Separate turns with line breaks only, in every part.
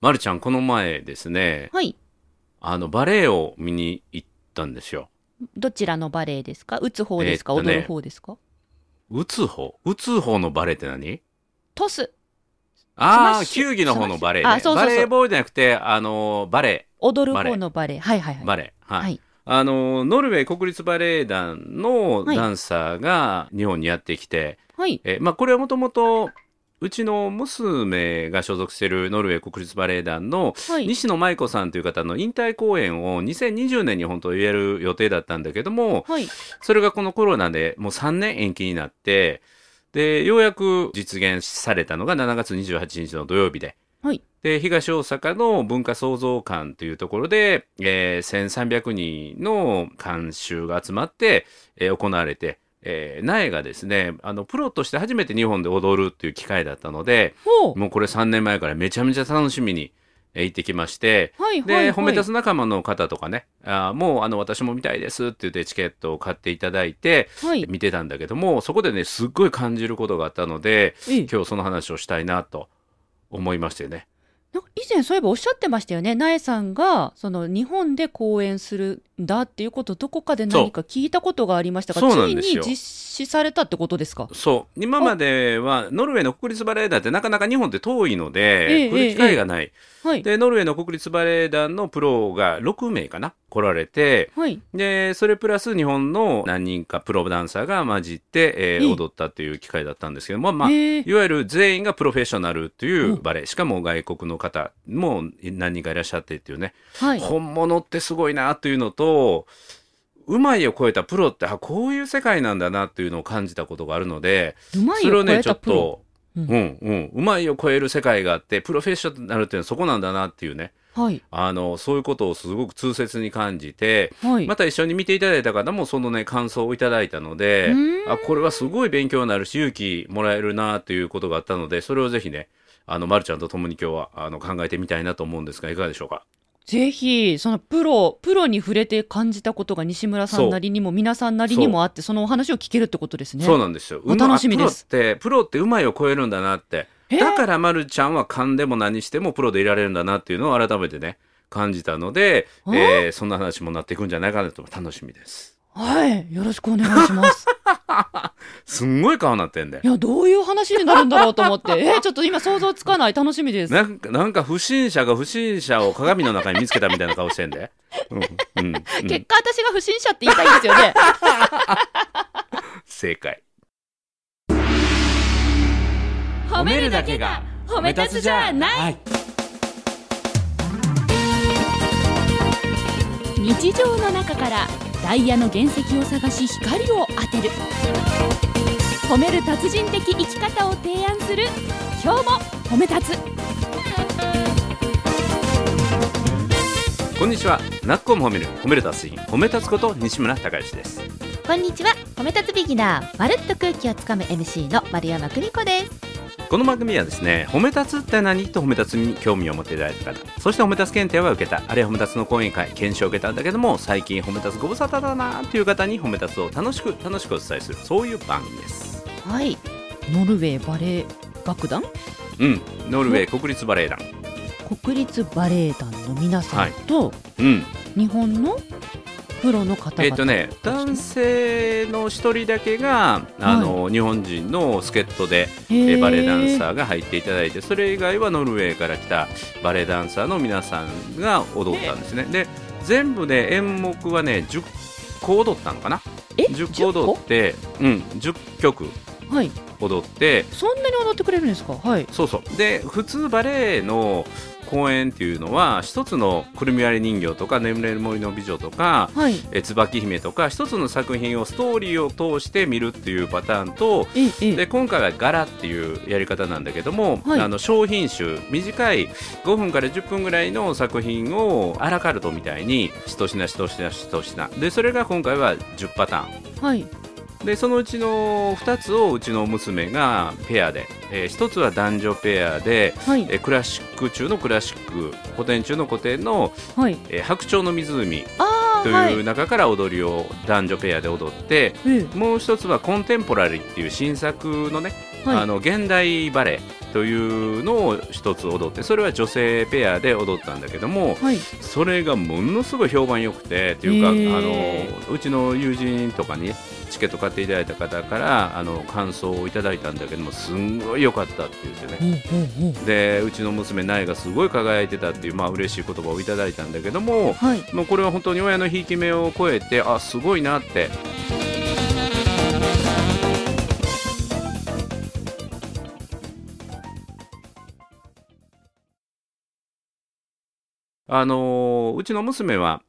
まるちゃん、この前ですね、
はい。
あの、バレエを見に行ったんですよ。
どちらのバレエですか打つ方ですか、
えーっとね
踊る方ですか
打つ方打つ方のバレエって何
トス。
あ
スマ
あ、
ッシュ
球技の方のバレエ、ね。
スマッシュあそう
バ
そうそう
レーボールじゃなくて、あの、バレ
踊る方のバレエ。はいはい
エ、
はい。
バレエ。はい。
はい
あの、ノルウェー国立バレエ団の
はい
ダンサーが日本にやってきて、
はい。
えまあ、これはもともと、うちの娘が所属しているノルウェー国立バレエ団の
はい。
西野舞子さんという方の引退公演を2020年に本当はやる予定だったんだけども、
はい。
それがこのコロナでもう3年延期になって、で、ようやく実現されたのが7月28日の土曜日で、
はい
で、東大阪の文化創造館というところで、えー1300人の観衆が集まって、えー行われて、えー苗がですね、あの、プロとして初めて日本で踊るっていう機会だったので、
ほう。
もうこれ3年前からめちゃめちゃ楽しみにえー行ってきまして、
はいはい、
で、
はい。
褒め立つ仲間の方とかね、あーもうあの私も見たいですって言ってチケットを買っていただいて、
はい。
見てたんだけども、そこでね、すっごい感じることがあったので、
ええ
今日その話をしたいなと思いましてね。
なんか以前そういえばおっしゃってましたよね。なえさんが、その、日本で公演するんだっていうこと、どこかで何か聞いたことがありましたが、
そうそう
つ
ないんです
に
よ
実施されたってことですか
そう、今まではノルウェーの国立バレエ団ってなかなか日本って遠いの
え
で、
え
来る機会がない。
はい。
で、ノルウェーの国立バレエ団のプロが6名かな、来られて、
はい。
で、それプラス日本の何人かプロダンサーが混じって、えー
ええ
踊ったっていう機会だったんですけども、まあ、
えー
いわゆる全員がプロフェッショナルといううんバレエ、しかも外国の方も何人かいらっしゃってっていうね、
はい。
本物ってすごいなというのと、うまいを超えたプロって、あ、こういう世界なんだなというのを感じたことがあるので、
うまい
それ
よ、
を
超
ね、
え
ちょ
た
っ
プロ。
と、
う
うんん、うん、うまいを超える世界があって、プロフェッショナルっていうのはそこなんだなっていうね、
はい。
あの、そういうことをすごく痛切に感じて、
はい。
また一緒に見ていただいた方もそのね、感想をいただいたの
う
で、
ーん
あこれはすごい勉強になるし勇気もらえるなということがあったのでそれをぜひねあの、ま、るちゃんと共に今日はあの考えてみたいなと思うんですがいかがでしょうか
ぜひ、そのプロ、プロに触れて感じたことが西村さんなりにも、皆さんなりにもあって、そのお話を聞けるってことですね。
そうなんですよ
お楽しみです
うまプロってプロってうまいを超えるんだなって
えー
だからまるちゃんは勘でも何してもプロでいられるんだなっていうのを改めてね感じたので、
あ
えーそんな話もなっていくんじゃないかなと楽しみです
はい。よろしくお願いします。
すんごい顔なってんで
いや、どういう話になるんだろうと思って。えーちょっと今想像つかない。楽しみです。
なんかなんか不審者が不審者を鏡の中に見つけたみたいな顔してんで、うんうんうん、
結果、私が不審者って言いたいんですよね。
正解
褒。
はいい、
日常の中からダイヤの原石を探し、光を当てる。褒める達人的生き方を提案する。今日も褒め立つ。
こんにちは。なっこも褒める褒める達人褒め立つこと西村孝之です。
こんにちは褒め立つビギナーまるっと空気をつかむ MC の丸山久美子です
この番組はですね、褒め立つって何と褒め立つに興味を持っていただいた方、そして褒め立つ検定は受けた、あるいは褒め立つの講演会、研修を受けたんだけども、最近褒め立つご無沙汰だなという方に褒め立つを楽しく楽しくお伝えする、そういう番組です。
はい
ノルウェーバレエ楽団
うん、ノルウェー国立バレエ団。
国立バレエ団の皆さんと、
うん、
日本のプロの方々
えっとね、男性の一人だけが、あの、日本人の助っ人で、えーバレエダンサ
ー
ーが入っていただいてそれ以外はノルウェーから来たバレエダンサーの皆さんが踊ったんですね。で全部で演目はね10個踊ったのかな
え
10個踊ってうん、10曲
個はい
踊って
そんなに踊ってくれるんですかはい
そうそうで普通バレエの公演っていうのは一つの「くるみ割り人形」とか「眠れる森の美女」とか
はい
「えー椿姫」とか一つの作品をストーリーを通して見るっていうパターンと
ええええ
で今回は柄っていうやり方なんだけども、
はい
あの商品集短い5分から10分ぐらいの作品をアラカルトみたいに一品一品一品でそれが今回は10パター
はい
ンでそのうちの2つをうちの娘がペアで、え1つは男女ペアで、
はい
えークラシック中のクラシック古典中の古典の
はい
「えー白鳥の湖」
あ
と
あはい
いう中から踊りを男女ペアで踊って、
え
もう一つはコンテンポラリーっていう新作のね、
はい
あの現代バレエというのを一つ踊ってそれは女性ペアで踊ったんだけども
はい。
それがものすごい評判良くてっていうかあ
へー
のうちの友人とかにチケット買っていただいた方からあの感想をいただいたんだけどもすんごい良かったって言ってね。
うんうんうん。
でうちの娘苗がすごい輝いてたっていうまあ嬉しい言葉をいただいたんだけども、
はい。
もうこれは本当に親のひいき目を超えてあすごいなってあのーうちの娘は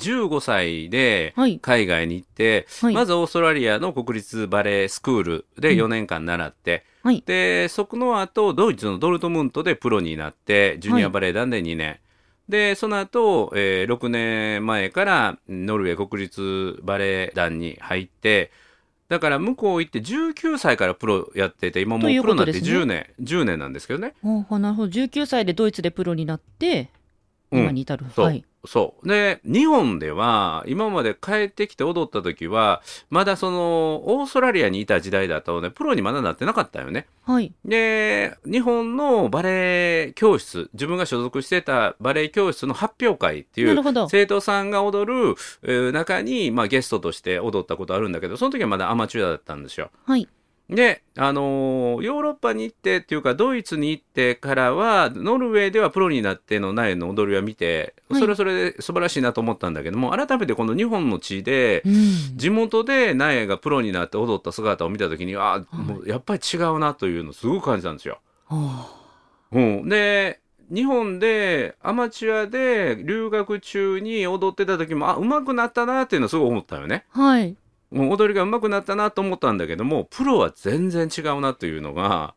15歳で
はい。
海外に行って、
はい。
まずオーストラリアの国立バレエスクールで4年間習って、
うんはい
でそこの後ドイツのドルトムントでプロになってジュニアバレエ団で2年、でその後、えー6年前からノルウェー国立バレエ団に入ってだから向こう行って19歳からプロやってて今も
と
う
いう
プロ
こ
に
と
なっ
で
て
すね
10年、10年なんですけどね。
ほうほうなるほど。19歳でドイツでプロになって、
うん
今に至る。
そう
はい。
そう。で、日本では、今まで帰ってきて踊った時は、まだその、オーストラリアにいた時代だとね、プロにまだなってなかったよね。
はい。
で、日本のバレエ教室、自分が所属してたバレエ教室の発表会ってい
なる
う、
ほど。
生徒さんが踊るえー中に、まあ、ゲストとして踊ったことあるんだけど、その時はまだアマチュアだったんですよ。
はい。
で、あのーヨーロッパに行ってっていうか、ドイツに行ってからは、ノルウェーではプロになっての苗の踊りは見て、
はい
それはそれで素晴らしいなと思ったんだけども、改めてこの日本の地で
う、ん。
地元で苗がプロになって踊った姿を見たときに、ああ、
い
もうやっぱり違うなというのをすごく感じたんですよ。
は
うん、で、日本でアマチュアで留学中に踊ってた時も、あ、上手くなったなっていうのをすごい思ったよね。
あはい。
もう踊りが上手くなったなと思ったんだけどもプロは全然違うなというのが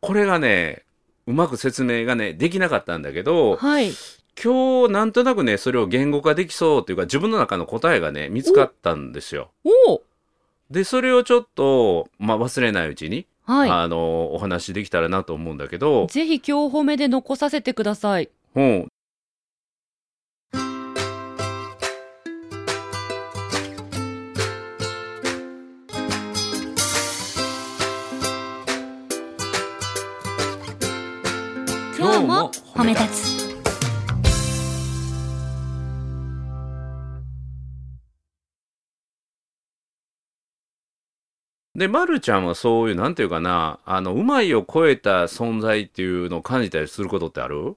これがねうまく説明がねできなかったんだけど
はい。
今日なんとなくねそれを言語化できそうというか自分の中の答えがね見つかったんですよ。
おお。
でそれをちょっと、まあ、忘れないうちに、
は
あのお話しできたらなと思うんだけ
い。
ど、
ぜひ今日褒めで残させてください。
うん、
今日も褒め立つ
で、ま、るちゃんはそういう、なんていうかな、あの、うまいを超えた存在っていうのを感じたりすることってある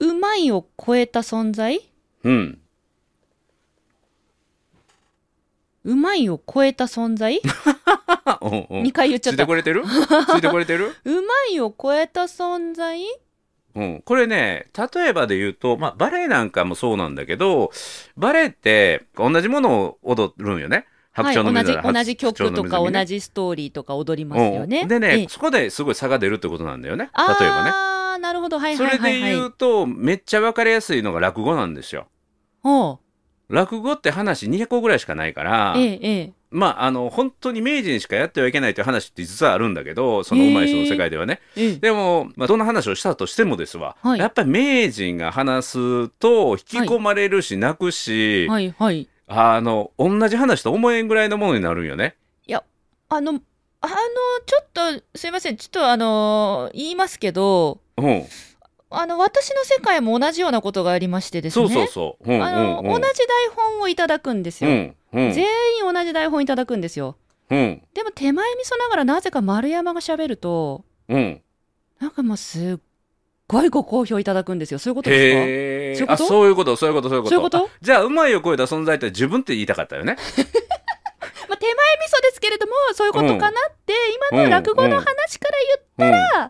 うまいを超えた存在
うん。
うまいを超えた存在
あうんうん
?2 回言っち
つ
ゃっ
いて
た。う
くれてるついてくれてる
まいを超えた存在
うん。これね、例えばで言うと、まあ、バレエなんかもそうなんだけど、バレエって同じものを踊るんよね。白
はい、
鳥の
同
湖
じ
なら、
同じ曲とか同
じ
じストーリーとか踊りますよね。
で
え
ね
え、
そこですごい差が出るってことなんだよね。
あ
例えばね。
あー、なるほど。はい
そ
はい
れ
は
で
い、はい。
言うと、めっちゃわかりやすいのが落語なんですよ。
ほ
落語って話200個ぐらいしかないから、
うええ、ええ。
まあ、あの、本当に明治にしかやってはいけないという話って実はあるんだけど、その上手い人の世界ではね。
ええ
でも、まあ、どんな話をしたとしてもですわ、
はい
やっぱり名人が話すと引き込まれるし、泣くし、
はいはい。
あの、同じ話と思えんぐらいのものになるんよね。
あの、あの、ちょっと、すいません。ちょっとあの、言いますけど、
うん。
あの、私の世界も同じようなことがありましてです
そ
ね。
うそうそう。うんうん
あの、
うん。
同じ台本をいただくんです
う
よ。
んうん
全員同じ台本いただくんですよ。
うん
でも手前味噌ながらなぜか丸山が喋ると、
うん。
なんかもうすっごいご好評いただくんですよ。そういうことで
へえ
すかそういう。こ
あ、
と
そういうこと、そういうこと、そういうこと。
そういうこと
あじゃあ、うまいを超えた存在って自分って言いたかったよね。
まあ、手前味噌ですけれども、そういうことかなって、今の落語の話から言う、
うん。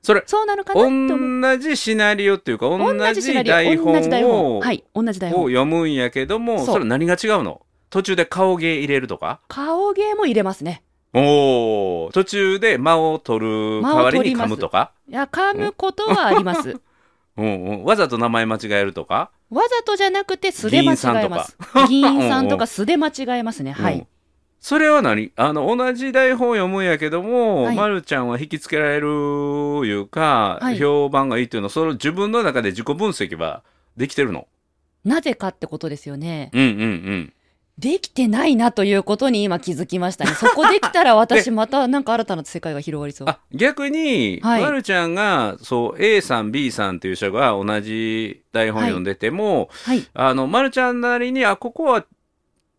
それ、
そうなのかなって思う。
同じシナリオっていうか同
同じシナ
じ
リ
台
オ、
本
同じ台本。
を
はい、同じ台
を
本。
読むんやけども
そう
それ何が違うの途中で顔芸入れるとか
顔芸も入れますね。
おー途中で間を取る代わりに噛むとか、
いや、噛むことはあります。
うんうん、わざと名前間違えるとか、
わざとじゃなくて素で間違えます。議
さんとか
員さんとか素で間違えますね。は
う
い
ん。それは何あの同じ台本読むんやけども、
はい
まるちゃんは引きつけられるいうか、
はい
評判がいいっていうのその自分の中で自己分析はできてるの
なぜかってことですよね。
うんうん
できてないなということに今気づきましたね。そこできたら私またなんか新たな世界が広がり そう。
あ逆に、
はい
まるちゃんがそう A さん B さんっていう人が同じ台本読んでても、
はい。
あのまるちゃんなりにあここは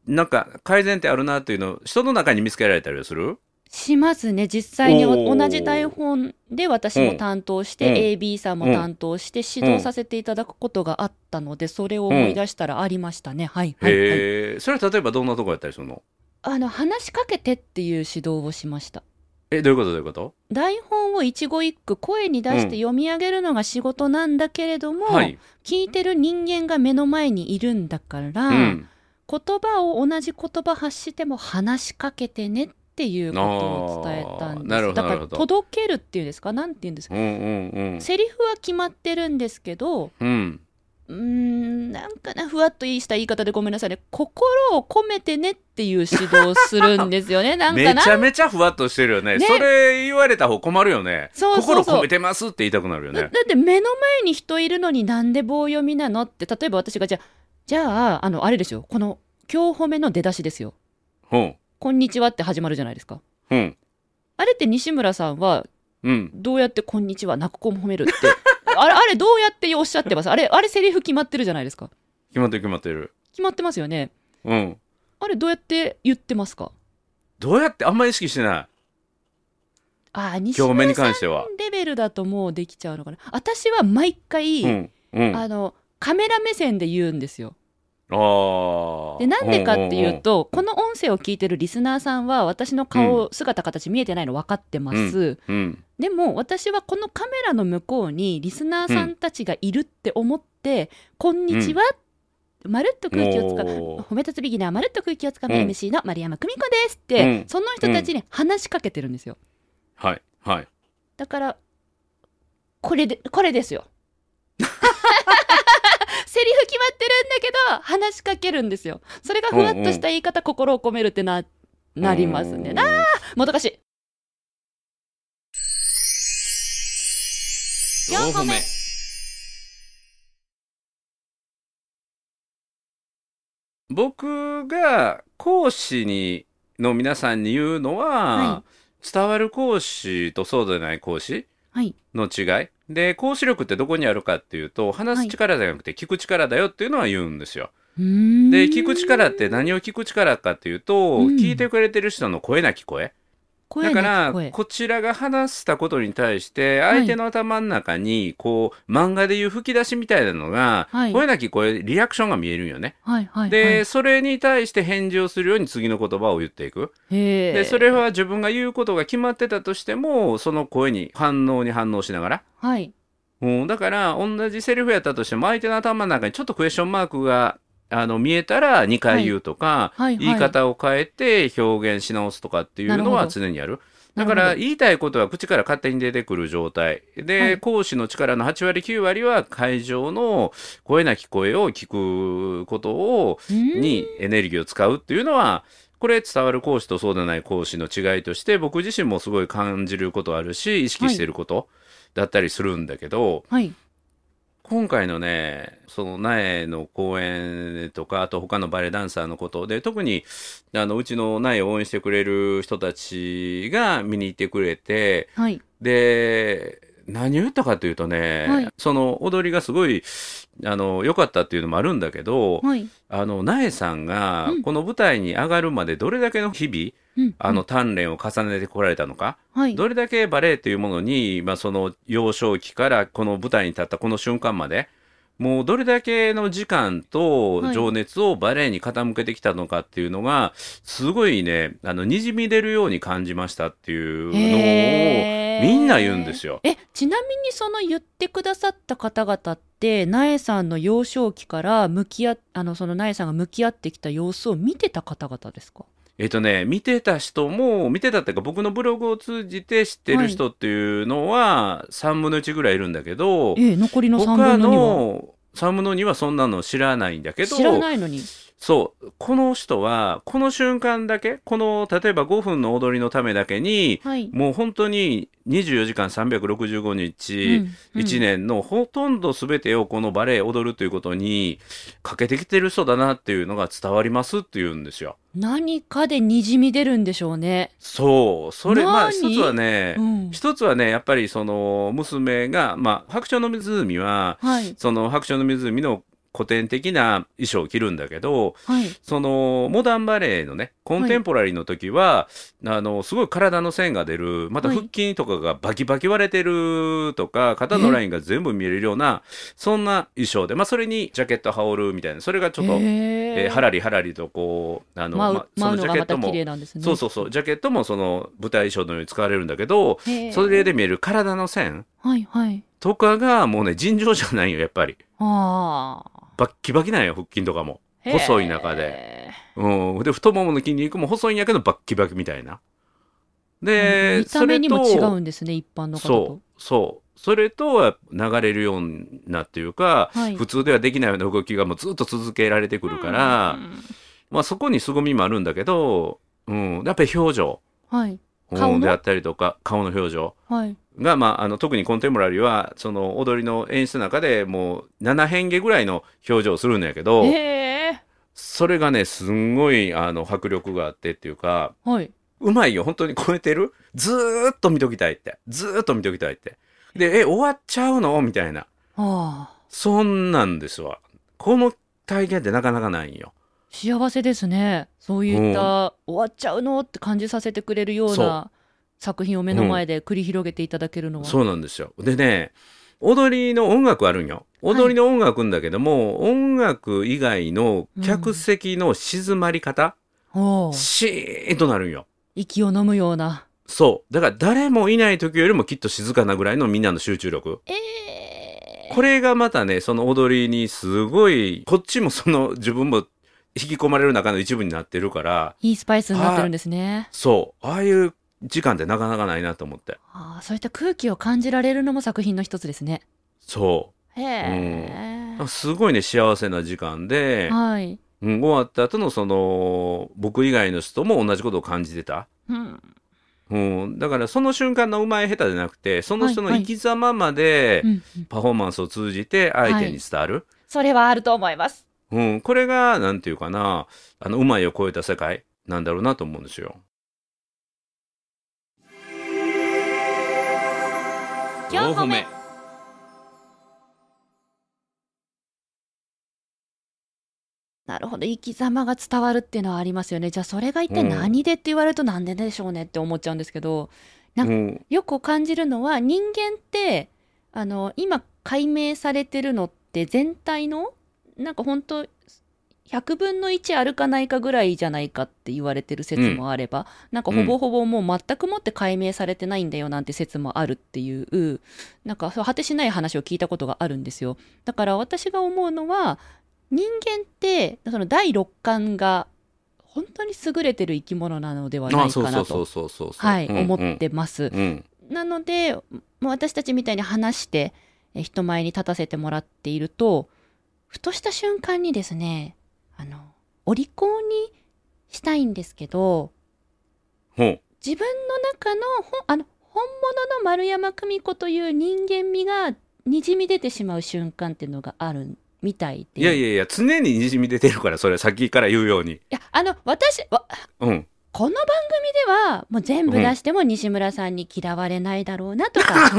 なんか改善ってあるなっていうのを人の中に見つけられたりはする
しますね。実際に
お
お
ー
同じ台本で私も担当して、
うん
AB さんも担当して、指導させていただくことがあったので、それを思い出したらありましたね。はい。はい。はい
へえそれは例えばどんなとこやったりするの
あの、話しかけてっていう指導をしました。
えどういうことどういうこと
台本を一語一句声に出して読み上げるのが仕事なんだけれども、
はい、
聞いてる人間が目の前にいるんだから、
うん、
言葉を同じ言葉発しても話しかけてねっていうことを伝えたんです
あーなるほど
だか
なる
ら
ほど
届けるっていうんですかなんて言うんですか
うんうんうん
セリフは決まってるんですけど
うん
うーんなんかなふわっといいした言い方でごめんなさいね心を込めてねっていう指導をするんです よねなんか
め
な
ちゃめちゃふわっとしてるよね
ね
それ言われた方困るよね
そうそうそう
心込めてますって言いたくなるよ
だだ
ね
って目の前に人いるのになんで棒読みなのって例えば私がじゃあじゃああのあれですよこの今日褒めの出だしですよ
うん
「こんにちは」って始まるじゃないですか
うん
あれって西村さんは
うん
どうやって「こんにちは」泣く子も褒めるって あれあれどうやっておっしゃってますあれあれセリフ決まってるじゃないですか
決まってる決まってる
決まってますよね
うん
あれどうやって言ってますか
どうやってあんまり意識してない
ああ西
表面に
村さん
関しては
レベルだともうできちゃうのかな私は毎回、
うんうん
あのカメラ目線で言うんですよ
あ
でなんでかっていう
と、
とこの音声を聞いてるリスナーさんは私の顔、姿形見えてないの分かってます、
うん、
でも私はこのカメラの向こうにリスナーさんたちがいるって思って「こんにちは」まるっと空気をつか
おー
褒めたつビギナーまるっと空気をつかむ
うん
MC の丸山久美子ですって、
うん
その人たちに話しかけてるんですよ
はいはい
だからこれでこれで すよセリフ決まってるんだけど話しかけるんですよそれがふわっとした言い方、心を込めるってななりますね
うん
なもどかしい
4
個目
僕が講師にの皆さんに言うのは、
は
伝わる講師とそうでない講師
はい
の違いで講師力ってどこにあるかっていうと話す力じゃなくて聞く力だよっていうのは言うんですよ。
で聞
で聞く力って何を聞く力かっていうと、
うん
聞いてくれてる人の声なき声
声
だ
ね
から
声
こちらが話したことに対して
はい
相手の頭の中にこう漫画でいう吹き出しみたいなのが、
はい
声なき声リアクションが見えるんよね。
はいはい
で、
はい
それに対して返事をするように次の言葉を言っていく。
へー
でそれは自分が言うことが決まってたとしてもその声に反応に反応しながら。
はい
うん、だから同じセリフやったとしても相手の頭の中にちょっとクエスチョンマークがあの見えたら2回言うとか、
はいはいは
言
い
い方を変えて表現し直すとかっていうの
なる
は
ほど
常にやる。だ
なるほ
か
ど
ら言いたいことは口から勝手に出てくる状態で、
はい
講師の力の8割9割は会場の声なき声を聞くことを
うん
にエネルギーを使うっていうのはこれ伝わる講師とそうでない講師の違いとして僕自身もすごい感じることあるし意識してることだったりするんだけど、
はい
今回のねその苗の公演とかあと他のバレエダンサーのことで特にあのうちの苗を応援してくれる人たちが見に行ってくれて
はい
で何を言ったかというとね、
はい
その踊りがすごいあの良かったっていうのもあるんだけど、
はい
あの、なえさんが
うん、
この舞台に上がるまでどれだけの日々、
うん
あの、鍛錬を重ねてこられたのか、
はい
どれだけバレエというものに、まあ、その幼少期からこの舞台に立ったこの瞬間まで、もうどれだけの時間と
はい
情熱をバレエに傾けてきたのかっていうのが、すごいね、あの、滲み出るように感じましたっていうのを、
へー
みんな言うんですよ。
えちなみにその言ってくださった方々ってなえさんの幼少期から向き合っあのそのなえさんが向き合ってきた様子を見てた方々ですか
えっとね、見てた人も、見てたっていうか、僕のブログを通じて知ってる人っていうのは、3分の1ぐらいいるんだけど、
ええ残りの3
僕はあ
分の2は
の3分の2はそんなの知らないんだけど、
知らないのに
そうこの人はこの瞬間だけこの例えば5分の踊りのためだけに
はい。
もう本当に24時間365日、
うん
1。年のほとんど全てをこのバレエ踊るということにかけてきてる人だなっていうのが伝わりますっていうんですよ。
うん何かでにじみ出るんでしょうね。
そうそれまあ
何
一つはね、
うん。
一つはねやっぱりその娘が、まあ、白鳥の湖は
はい。
その白鳥の湖の古典的な衣装を着るんだけど、
はい。
そのモダンバレエのねコンテンポラリーの時は、あのすごい体の線が出るまた
はい
腹筋とかがバキバキ割れてるとか肩のラインが全部見えるようなそんな衣装で、まあ、それにジャケット羽織るみたいなそれがちょっと、え
え
ーはらりはらりとこうあの、
舞う
まあそ
舞う
の
の
ジャ
が
ケッ
ま
ト
た綺
も、
麗なんですね。
そうそうそうジャケットもその舞台衣装のように使われるんだけど、
へー
それで見える体の線
はいはい。
とかがもうね尋常じゃないよやっぱり
ああ。
バッキバキなんよ腹筋とかも。細い中
で。
うん、で太ももの筋肉も細いんやけどバッキバキみたいな。で、
見た目にも違
それと
うんですね、一般の方
そ
と。
うそうそれと流れるようなっていうか、
はい
普通ではできないような動きがもうずっと続けられてくるから、
うん
まあ、そこに凄みもあるんだけど、うん、やっぱり表情
はい。
うん
顔の
であったりとか顔の表情
はい。
が、まあ、あの特にコンテンポラリーはその踊りの演出の中でもう7変化ぐらいの表情をするんやけど、
へえ。
それがねすんごいあの迫力があってっていうか。
はい。
うまいよ、本当に超えてるずーっと見ときたいって。ずーっと見ときたいって。で、え、終わっちゃうのみたいな。
ああ。
そんなんですわ。この体験ってなかなかないんよ。
幸せですね。そういった終わっちゃうのって感じさせてくれるよう
そ
な作品を目の前で繰り広げていただけるのは。
そうなんですよ。でね、踊りの音楽あるんよ。踊りの音楽んだけども、音楽以外の客席の静まり方、
おう
シーンとなるんよ。
息を飲むような。
そう。だから誰もいない時よりもきっと静かなぐらいのみんなの集中力。
え
これがまたね、その踊りにすごい、こっちもその自分も引き込まれる中の一部になってるから、
いいスパイスになってるんですね。
そう、ああいう時間ってなかなかないなと思って。
ああ、そういった空気を感じられるのも作品の一つですね。
そ
へえ。
う。すごいね、幸せな時間で、
はい。
うん終わった後のその、僕以外の人も同じことを感じてた。
うん。
うん、だからその瞬間のうまい下手じゃなくて、その人の
はいは
生
い
き様まで
うん
パフォーマンスを通じて相手に伝わる。
それはあると思います。
うん、これが、なんていうかな、あの、うまいを超えた世界なんだろうなと思うんですよ。
4歩目。
なるほど。生き様が伝わるっていうのはありますよね。じゃあ、それが一体何でって言われるとなんででしょうねって思っちゃうんですけど、なんか
うん、
よく感じるのは人間って、あの、今解明されてるのって全体の、なんか本当100分の1あるかないかぐらいじゃないかって言われてる説もあれば、なんかほぼほぼもう全くもって解明されてないんだよなんて説もあるっていう、なんかそう果てしない話を聞いたことがあるんですよ。だから私が思うのは、人間って、その第六感が本当に優れてる生き物なのではな
あ、
い
そう
か
そ
な
うそう
と、
そうそうそう。
はい、
うん
思っ。てます。
うん、
なので、もう私たちみたいに話して、え人前に立たせてもらっていると、ふとした瞬間にですね、あの、お利口にしたいんですけど、
ほう。
自分の中のほんあの本物の丸山久美子という人間味がにじみ出てしまう瞬間っていうのがあるみたいで。
いやいやいや、常ににじみ出てるから、それ、さっきから言うように。
いやあの、私、わ
うん。
この番組ではもう全部出しても西村さんに嫌われないだろうなと か、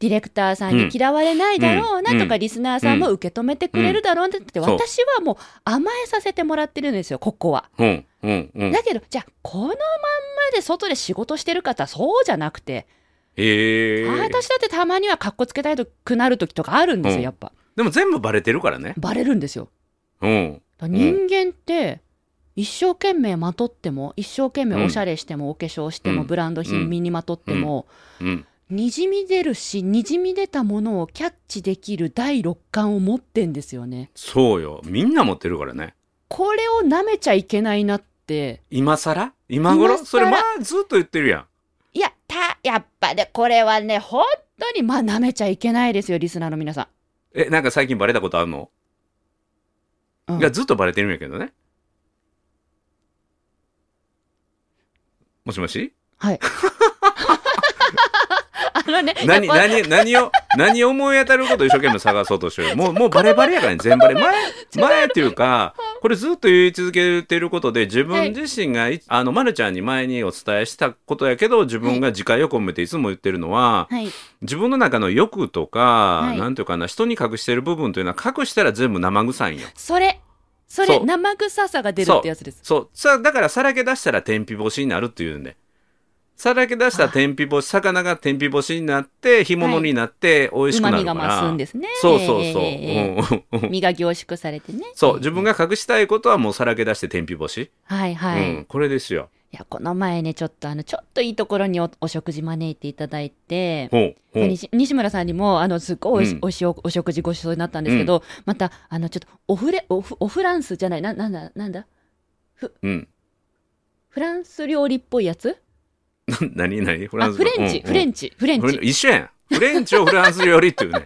ディレクターさんに嫌われないだろうなとか、
うん
リスナーさんも受け止めてくれるだろうなって、
うん
私はもう甘えさせてもらってるんですよ、ここは。
うん、うん、うん。
だけど、じゃあ、このまんまで外で仕事してる方、そうじゃなくて、
ええ
あ私だってたまにはかっこつけたいとくなる時とかあるんです
う
よ、
ん
やっぱ。
でも全部バレてるからね。
バレるんですよ。
うん。
人間って、一生懸命まとっても、一生懸命おしゃれしても、お化粧しても、
うん
ブランド品身にまとっても、
うん。
にじみ出るし、にじみ出たものをキャッチできる第六感を持ってんですよね。
そうよ。みんな持ってるからね。
これを舐めちゃいけないなって。
今更今頃
今更
それ、まあ、ずっと言ってるやん。
いや、た、やっぱね、これはね、本当に、まあ、舐めちゃいけないですよ、リスナーの皆さ
え、なんか最近バレたことあるの、
うん
がずっとバレてるんやけどね。
ん。
もしもし
はい。 あのね、
何、
やっぱ
何、何を、何を思い当たることを一生懸命探そうとしてる。もう、もうバレバレや からね、全バレ。前、前っていうか、これずっと言い続けてることで、自分自身がい、あの、まるちゃんに前にお伝えしたことやけど、自分が自戒を込めていつも言ってるのは、
はい。
自分の中の欲とか、
はい
なんていうかな、人に隠してる部分というのは、隠したら全部生臭いんよ。
それ、そ
そ
れ、
う
生臭さが出るってやつです。
そう。さだから、さらけ出したら天日干しになるっていうんで。さらけ出したら天日干し、魚が天日干しになって、干物になって、美味しくな
旨
る
味
か
が
ら。
増すんですね。
そうそうそう。
ええええええ
うん
身が凝縮されてね。
そう、自分が隠したいことはもうさらけ出して天日干し。
はいはい。
うん、
い
これですよ。
や、この前ね、ちょっとあの、ちょっといいところにおお食事招いていただいて、
ほう、ほう。
西西村さんにも、あの、すっごいおいし
うん
おいしいおお食事ご馳走になったんですけど、また、あの、ちょっと、オフレ、オフ、オフランスじゃない、な、なんだ、なんだ、
うん。
フランス料理っぽいやつ
何何フラ
あ、
ンス
フレンチ、フレ
ン
ンチ、フレンチ。
一緒やん。フレンチをフランス料理って いうね。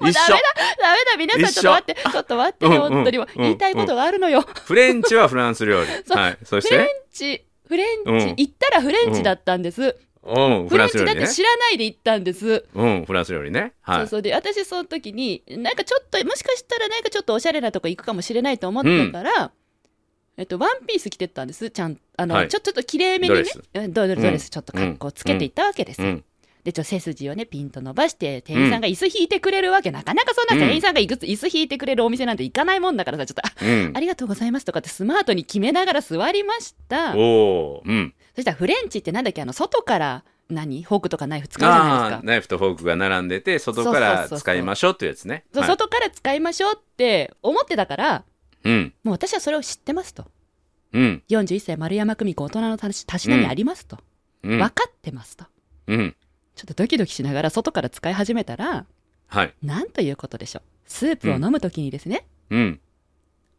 もう
一
ダ
緒
メだ。ダメだ、皆さん、ちょっと待って、ちょっと待ってね、
うんうん
本当にもう。言いたいことがあるのよ。フ
フレンチはフランス料理。
そう
はい。そし
レン
て、
チ、フレンチ、
うん
行ったらフレンチだったんです。
うん、
フ
フ
レ
ラ
ン
ンス
チ
料
だっ
理ね
て。知らないで行ったんです。
うん、フランス料理ね。は
そう
い。
そうで、私、その時に、なんかちょっと、もしかしたらなんかちょっとおしゃれなとこ行くかもしれないと思ったから、えっと、ワンピース着てったんです、ちゃん、あの、
はい
ちょっとちょっと綺麗めに
ド
ね
レス、
うんドレ
うん
ドレスちょっと格好つけていったわけです
う
よ。
ん。
で、ちょ、背筋をね、ピンと伸ばして、店員さんが椅子引いてくれるわけ、なかなかそんな店員さんがいくつ椅子引いてくれるお店なんて行かないもんだからさ、ちょっと、あ
うん
あ。りがとうございますとかってスマートに決めながら座りました。
おー。うん。
そしたらフレンチってなんだっけ、あの、外から、何フォークとかナイフ使うじゃないです
あ
か
あー、。ナイフとフォークが並んでて、外か
そうそう
ら
そうそう
使いましょうっていうやつね。
そう
はい
外から使いましょうって思ってたから、
うん。
もう私はそれを知ってますと。
うん。
41歳丸山久美子大人のたしたしなみありますと。
う
分
ん。
かってますと。
うん。
ちょっとドキドキしながら外から使い始めたら、
はい。
なんということでしょう。スープを飲むときにですね、
うん。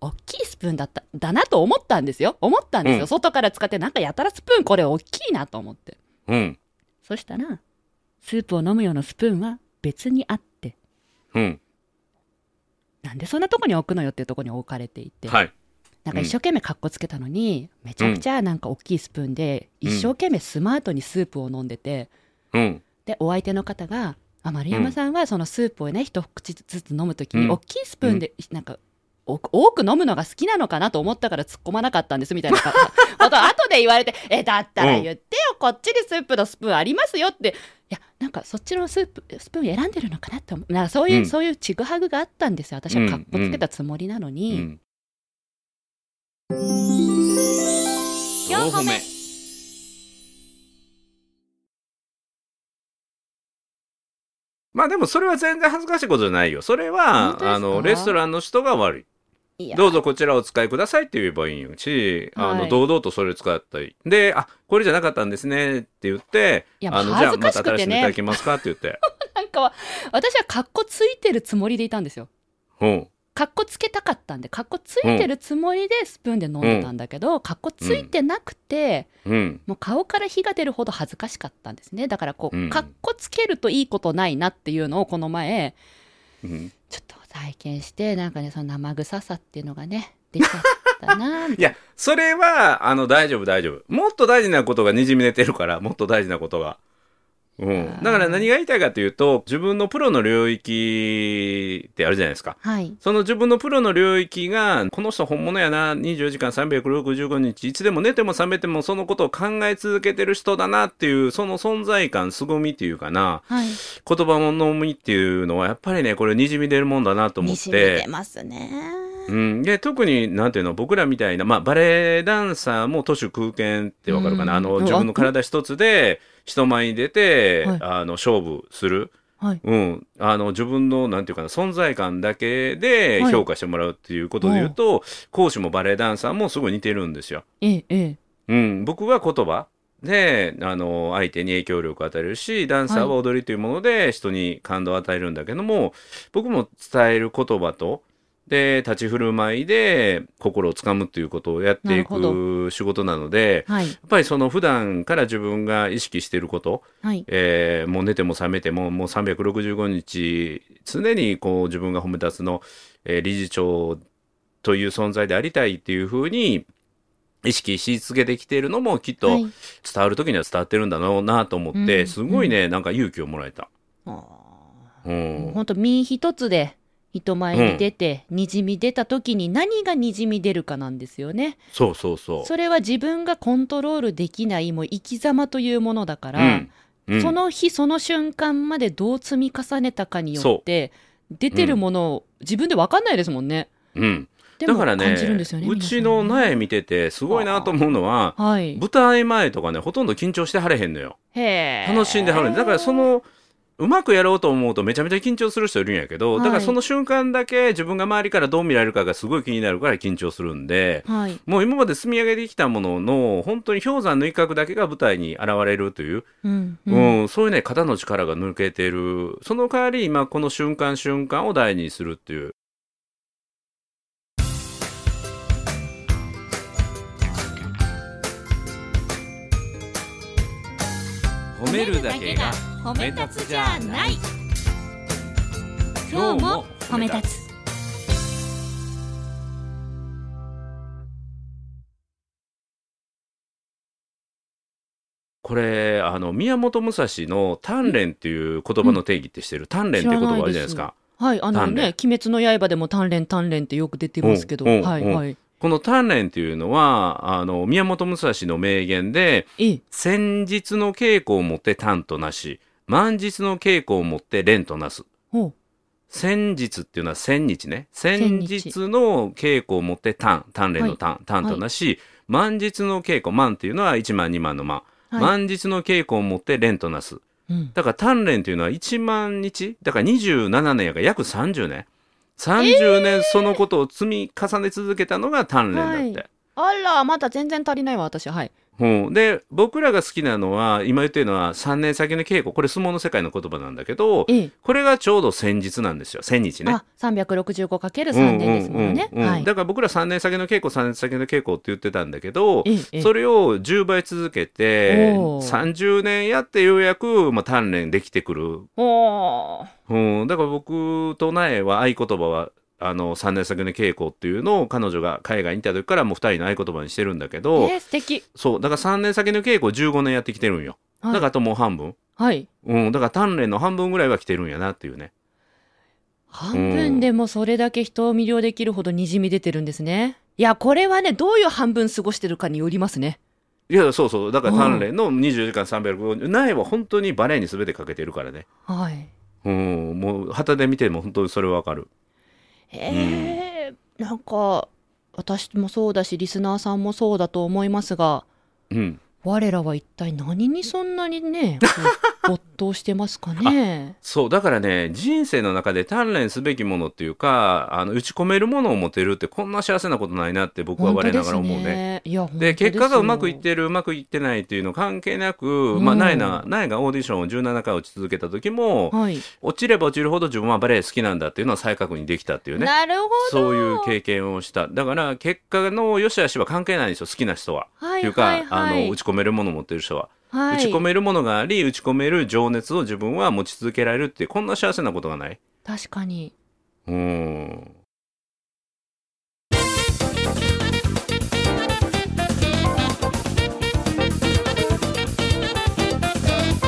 大きいスプーンだった、だなと思ったんですよ。思ったんです
う
よ。
ん
外から使ってなんかやたらスプーンこれ大きいなと思って。
うん。
そしたら、スープを飲む用のスプーンは別にあって、
うん。
なんでそんなとこに置くのよっていうとこに置かれていて。
はい。
なんか一生懸命かっこつけたのに、めちゃくちゃなんか大きいスプーンで、
うん
一生懸命スマートにスープを飲んでて、
うん。
で、お相手の方が、あ丸山さんはそのスープをね、一口ずつ飲むとき
う
に、
ん
大きいスプーンで、なんか、お多く飲むのが好きなのかなと思ったから突っ込まなかったんです みたいなかことを後で言われて、え、だったら言ってよ、こっちにスープのスプーンありますよって、いや、なんかそっちのスープ、スプーン選んでるのかなと思う。なんかそういう、
うん
そういうちぐはぐがあったんですよ。私はかっこつけたつもりなの
う
に。
ん。
四歩目
まあでもそれは全然恥ずかしいことじゃないよ。それ
本当ですか
は、あの、レストランの人が悪い。
いや
どうぞこちらお使いくださいって言えばいいんし、あ
は
の、
い
堂々とそれ使ったり。で、あ、これじゃなかったんですねって言って、
いや
あの、じゃ
恥
あ
ずか
ま
したく
新し
てね
いのいただきますかって言って。
なんかは、私は格好ついてるつもりでいたんですよ。
うん。
格好つけたかったんで、格好ついてるつもりでスプーンで飲んでたんだけど、格好ついてなくて、
うん。
もう顔から火が出るほど恥ずかしかったんですね。だからこ
う
う、
ん
格好つけるといいことないなっていうのをこの前、
うん
ちょっと体験して、なんかね、その生臭さっていうのがね、出ちゃっ たな
いや、それは、あの、大丈夫、大丈夫。もっと大事なことがにじみ出てるから、もっと大事なことが。うん。だから何が言いたいかというと、自分のプロの領域ってあるじゃないですか。
はい。
その自分のプロの領域が、この人本物やな、24時間365日、いつでも寝ても覚めてもそのことを考え続けてる人だなっていう、その存在感、凄みっていうかな、
はい。
言葉の重みっていうのは、やっぱりね、これ滲み出るもんだなと思っ
に
て。
じみ出ますね。
うん、で特になんていうの僕らみたいな、まあ、バレエダンサーも徒手空拳ってわかるかな、
うん
あの
うん
自分の体一つで人前に出て、
はい
あの勝負する、
はい。
うん、あの自分のなんていうかな存在感だけで
はい
評価してもらうっていうことで言うと、講師もバレエダンサーもすごい似てるんですよ。
ええ、ええ。
うん、僕は言葉であの相手に影響力を与えるしダンサーは踊りというもので人に感動を与えるんだけども、僕も伝える言葉とで立ち振る舞いで心をつかむということをやってい
なる
く仕事なので
はい。
やっぱりその普段から自分が意識していること、
はい。
えーもう寝ても覚めてももう365日常にこう自分が褒め立つの、えー理事長という存在でありたいっていうふうに意識し続けてきているのもきっと
は
伝
い、
わる時には伝わってるんだろうなと思って、
うん
すごいね、なんか勇気をもらえた。
あ
う。
ーもうんほんと身一つで人前に出て、にじみ出た時に何がにじみ出るかなんですよね。
そうそうそう。
それは自分がコントロールできないもう生き様というものだから、
うんうん
その日その瞬間までどう積み重ねたかによって出てるものを自分で分かんないですもんね。
うん、
で
だ
も
から
感
ね
じるんですよね。
う
皆さん
ち
ね
の苗見ててすごいなと思うのは
はい。
舞台前とかねほとんど緊張してはれへんのよ
へー
楽しんではるんだからそのうまくやろうと思うとめちゃめちゃ緊張する人いるんやけど、だから
はい
その瞬間だけ自分が周りからどう見られるかがすごい気になるから緊張するんで
はい。
もう今まで積み上げてきたものの本当に氷山の一角だけが舞台に現れるという、
うん。
う
うん
んそういうね肩の力が抜けてるその代わり今この瞬間瞬間を大事にするっていう褒めるだけが
褒
め立つじゃない
今日も褒め立つ
これあの宮本武蔵の「鍛錬」っていう言葉の定義ってしてる、鍛錬っていう言葉あるじゃないです
知らな
か。
はい、あのね、鬼滅の刃でも鍛錬鍛錬ってよく出てますけど、
うんうん
はい、
うん
はい。
この鍛錬っていうのはあの宮本武蔵の名言で
ええ、
「先日の稽古をもって鍛となし満日の稽古をもって練となす」
ほう。
先日っていうのは先日ね先
千
日
日
の稽古をもって単鍛錬の単、単となし、満日の稽古満っていうのは1万2万の満、
はい
満日の稽古をもって練となす
うん。
だから鍛錬というのは1万日だから27年やから約30年30年そのことを積み重ね続けたのが鍛錬だって、
あら、まだ全然足りないわ、私。はい。
うん、で僕らが好きなのは今言ってるのは3年先の稽古これ相撲の世界の言葉なんだけど
ええ。
これがちょうど先日なんですよ先日ね
あ、365×3 年ですもんね。
うんうんうんうん
はい。
だから僕ら3年先の稽古3年先の稽古って言ってたんだけど
ええええ
それを10倍続けて
おー
30年やってようやく、まあ、鍛錬できてくる、
おー
うん、だから僕と苗は合言葉はあの3年先の稽古っていうのを彼女が海外にいた時からもう2人の合言葉にしてるんだけ
え
ど、
ー、素敵。
そうだから3年先の稽古を15年やってきてるんよ、
はい
だからあともう半分、
はい。
うん、だから鍛錬の半分ぐらいは来てるんやなっていうね
半分でもそれだけ人を魅了できるほどにじみ出てるんですね。いや、これはね、どういう半分過ごしてるかによりますね。
いやそうそうだから鍛錬の24時間350苗は本当にバレエに全てかけてるからね
はい。
うん、もう旗で見ても本当にそれわかる。
えー、なんか、私もそうだし、リスナーさんもそうだと思いますが、
うん、
我らは一体何にそんなにね、こう没頭してますかね。
そうだからね人生の中で鍛錬すべきものっていうかあの打ち込めるものを持てるってこんな幸せなことないなって僕は
本
我
当
な
で
が
す
ら思うね。
ね。いや、本当
です
よ
結果がうまくいっ、てるうまくいってないっていうの関係なく、まあ、
うん
ナイナナイがオーディションを17回落ち続けた時も
はい。
落ちれば落ちるほど自分はバレエ好きなんだっていうのは再確認できたっていうね
なるほど。
そういう経験をしただから結果の良し悪しは関係ないんですよ好きな人は。
は
ってい
いう
か、
はいは
あの
い
打。ち込めるものを持ってる人は。
は
打
い
ち込めるものがあり打ち込める情熱を自分は持ち続けられるってこんな幸せなことがない
確かに。
うーんだか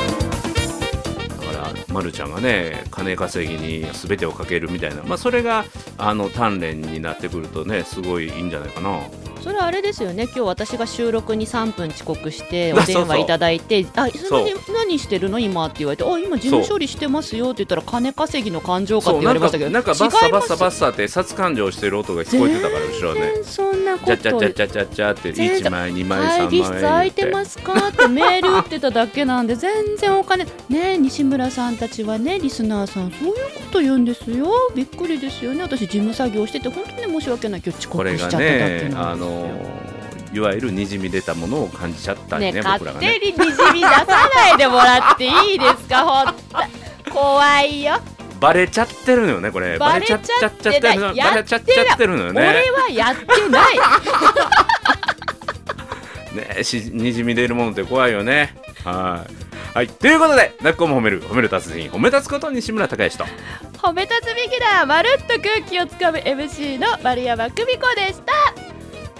ら、ま、るちゃんがね金稼ぎに全てをかけるみたいな、まあ、それがあの鍛錬になってくるとねすごいいいんじゃないかな。
それあれですよね。今日私が収録に3分遅刻して
あ
お電話いただいて、あ、それ
そ
に何してるの今って言われて、あ、今事務処理してますよって言ったら金稼ぎの感情かって言わ
な
れ
ん
ま
か
したけど、
なんか
違いま
バッ
す
サバッサバッサって殺感情してる音が聞こえてたから後ろはね。
全然そんなこ
ち
と
ゃちゃちゃちゃちゃちゃって
全
1
然
枚2枚3枚
会議室空いてますすかってメール打ってただけなんで全然お金ねえ西村さんたちはねリスナーさんそういうこと言うんですよびっくりですよね私事務作業してて本当に申し訳ない今日遅
こ
刻
れ
しち
が
ゃっただけ
ね
な
あ
んですよ
のいわゆるにじみ出たものを感じちゃったりね
ね
僕
勝
らが
手
ね
ににじみ出さないでもらっていいですかほんと怖いよ、
バレちゃってるのよねこれ
バレちゃってない
バレちゃっちゃってるの
や
バ
ってない
レちゃっちゃってるのよね
俺はやってない
ねしにじみ出るものって怖いよねはいはいということで泣く子も褒める褒める達人褒め立つこと西村孝之と
褒め立つビギナーまるっと空気をつかむ MC の丸山久美子でした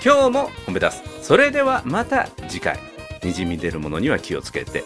今日も褒め立つそれではまた次回にじみ出るものには気をつけて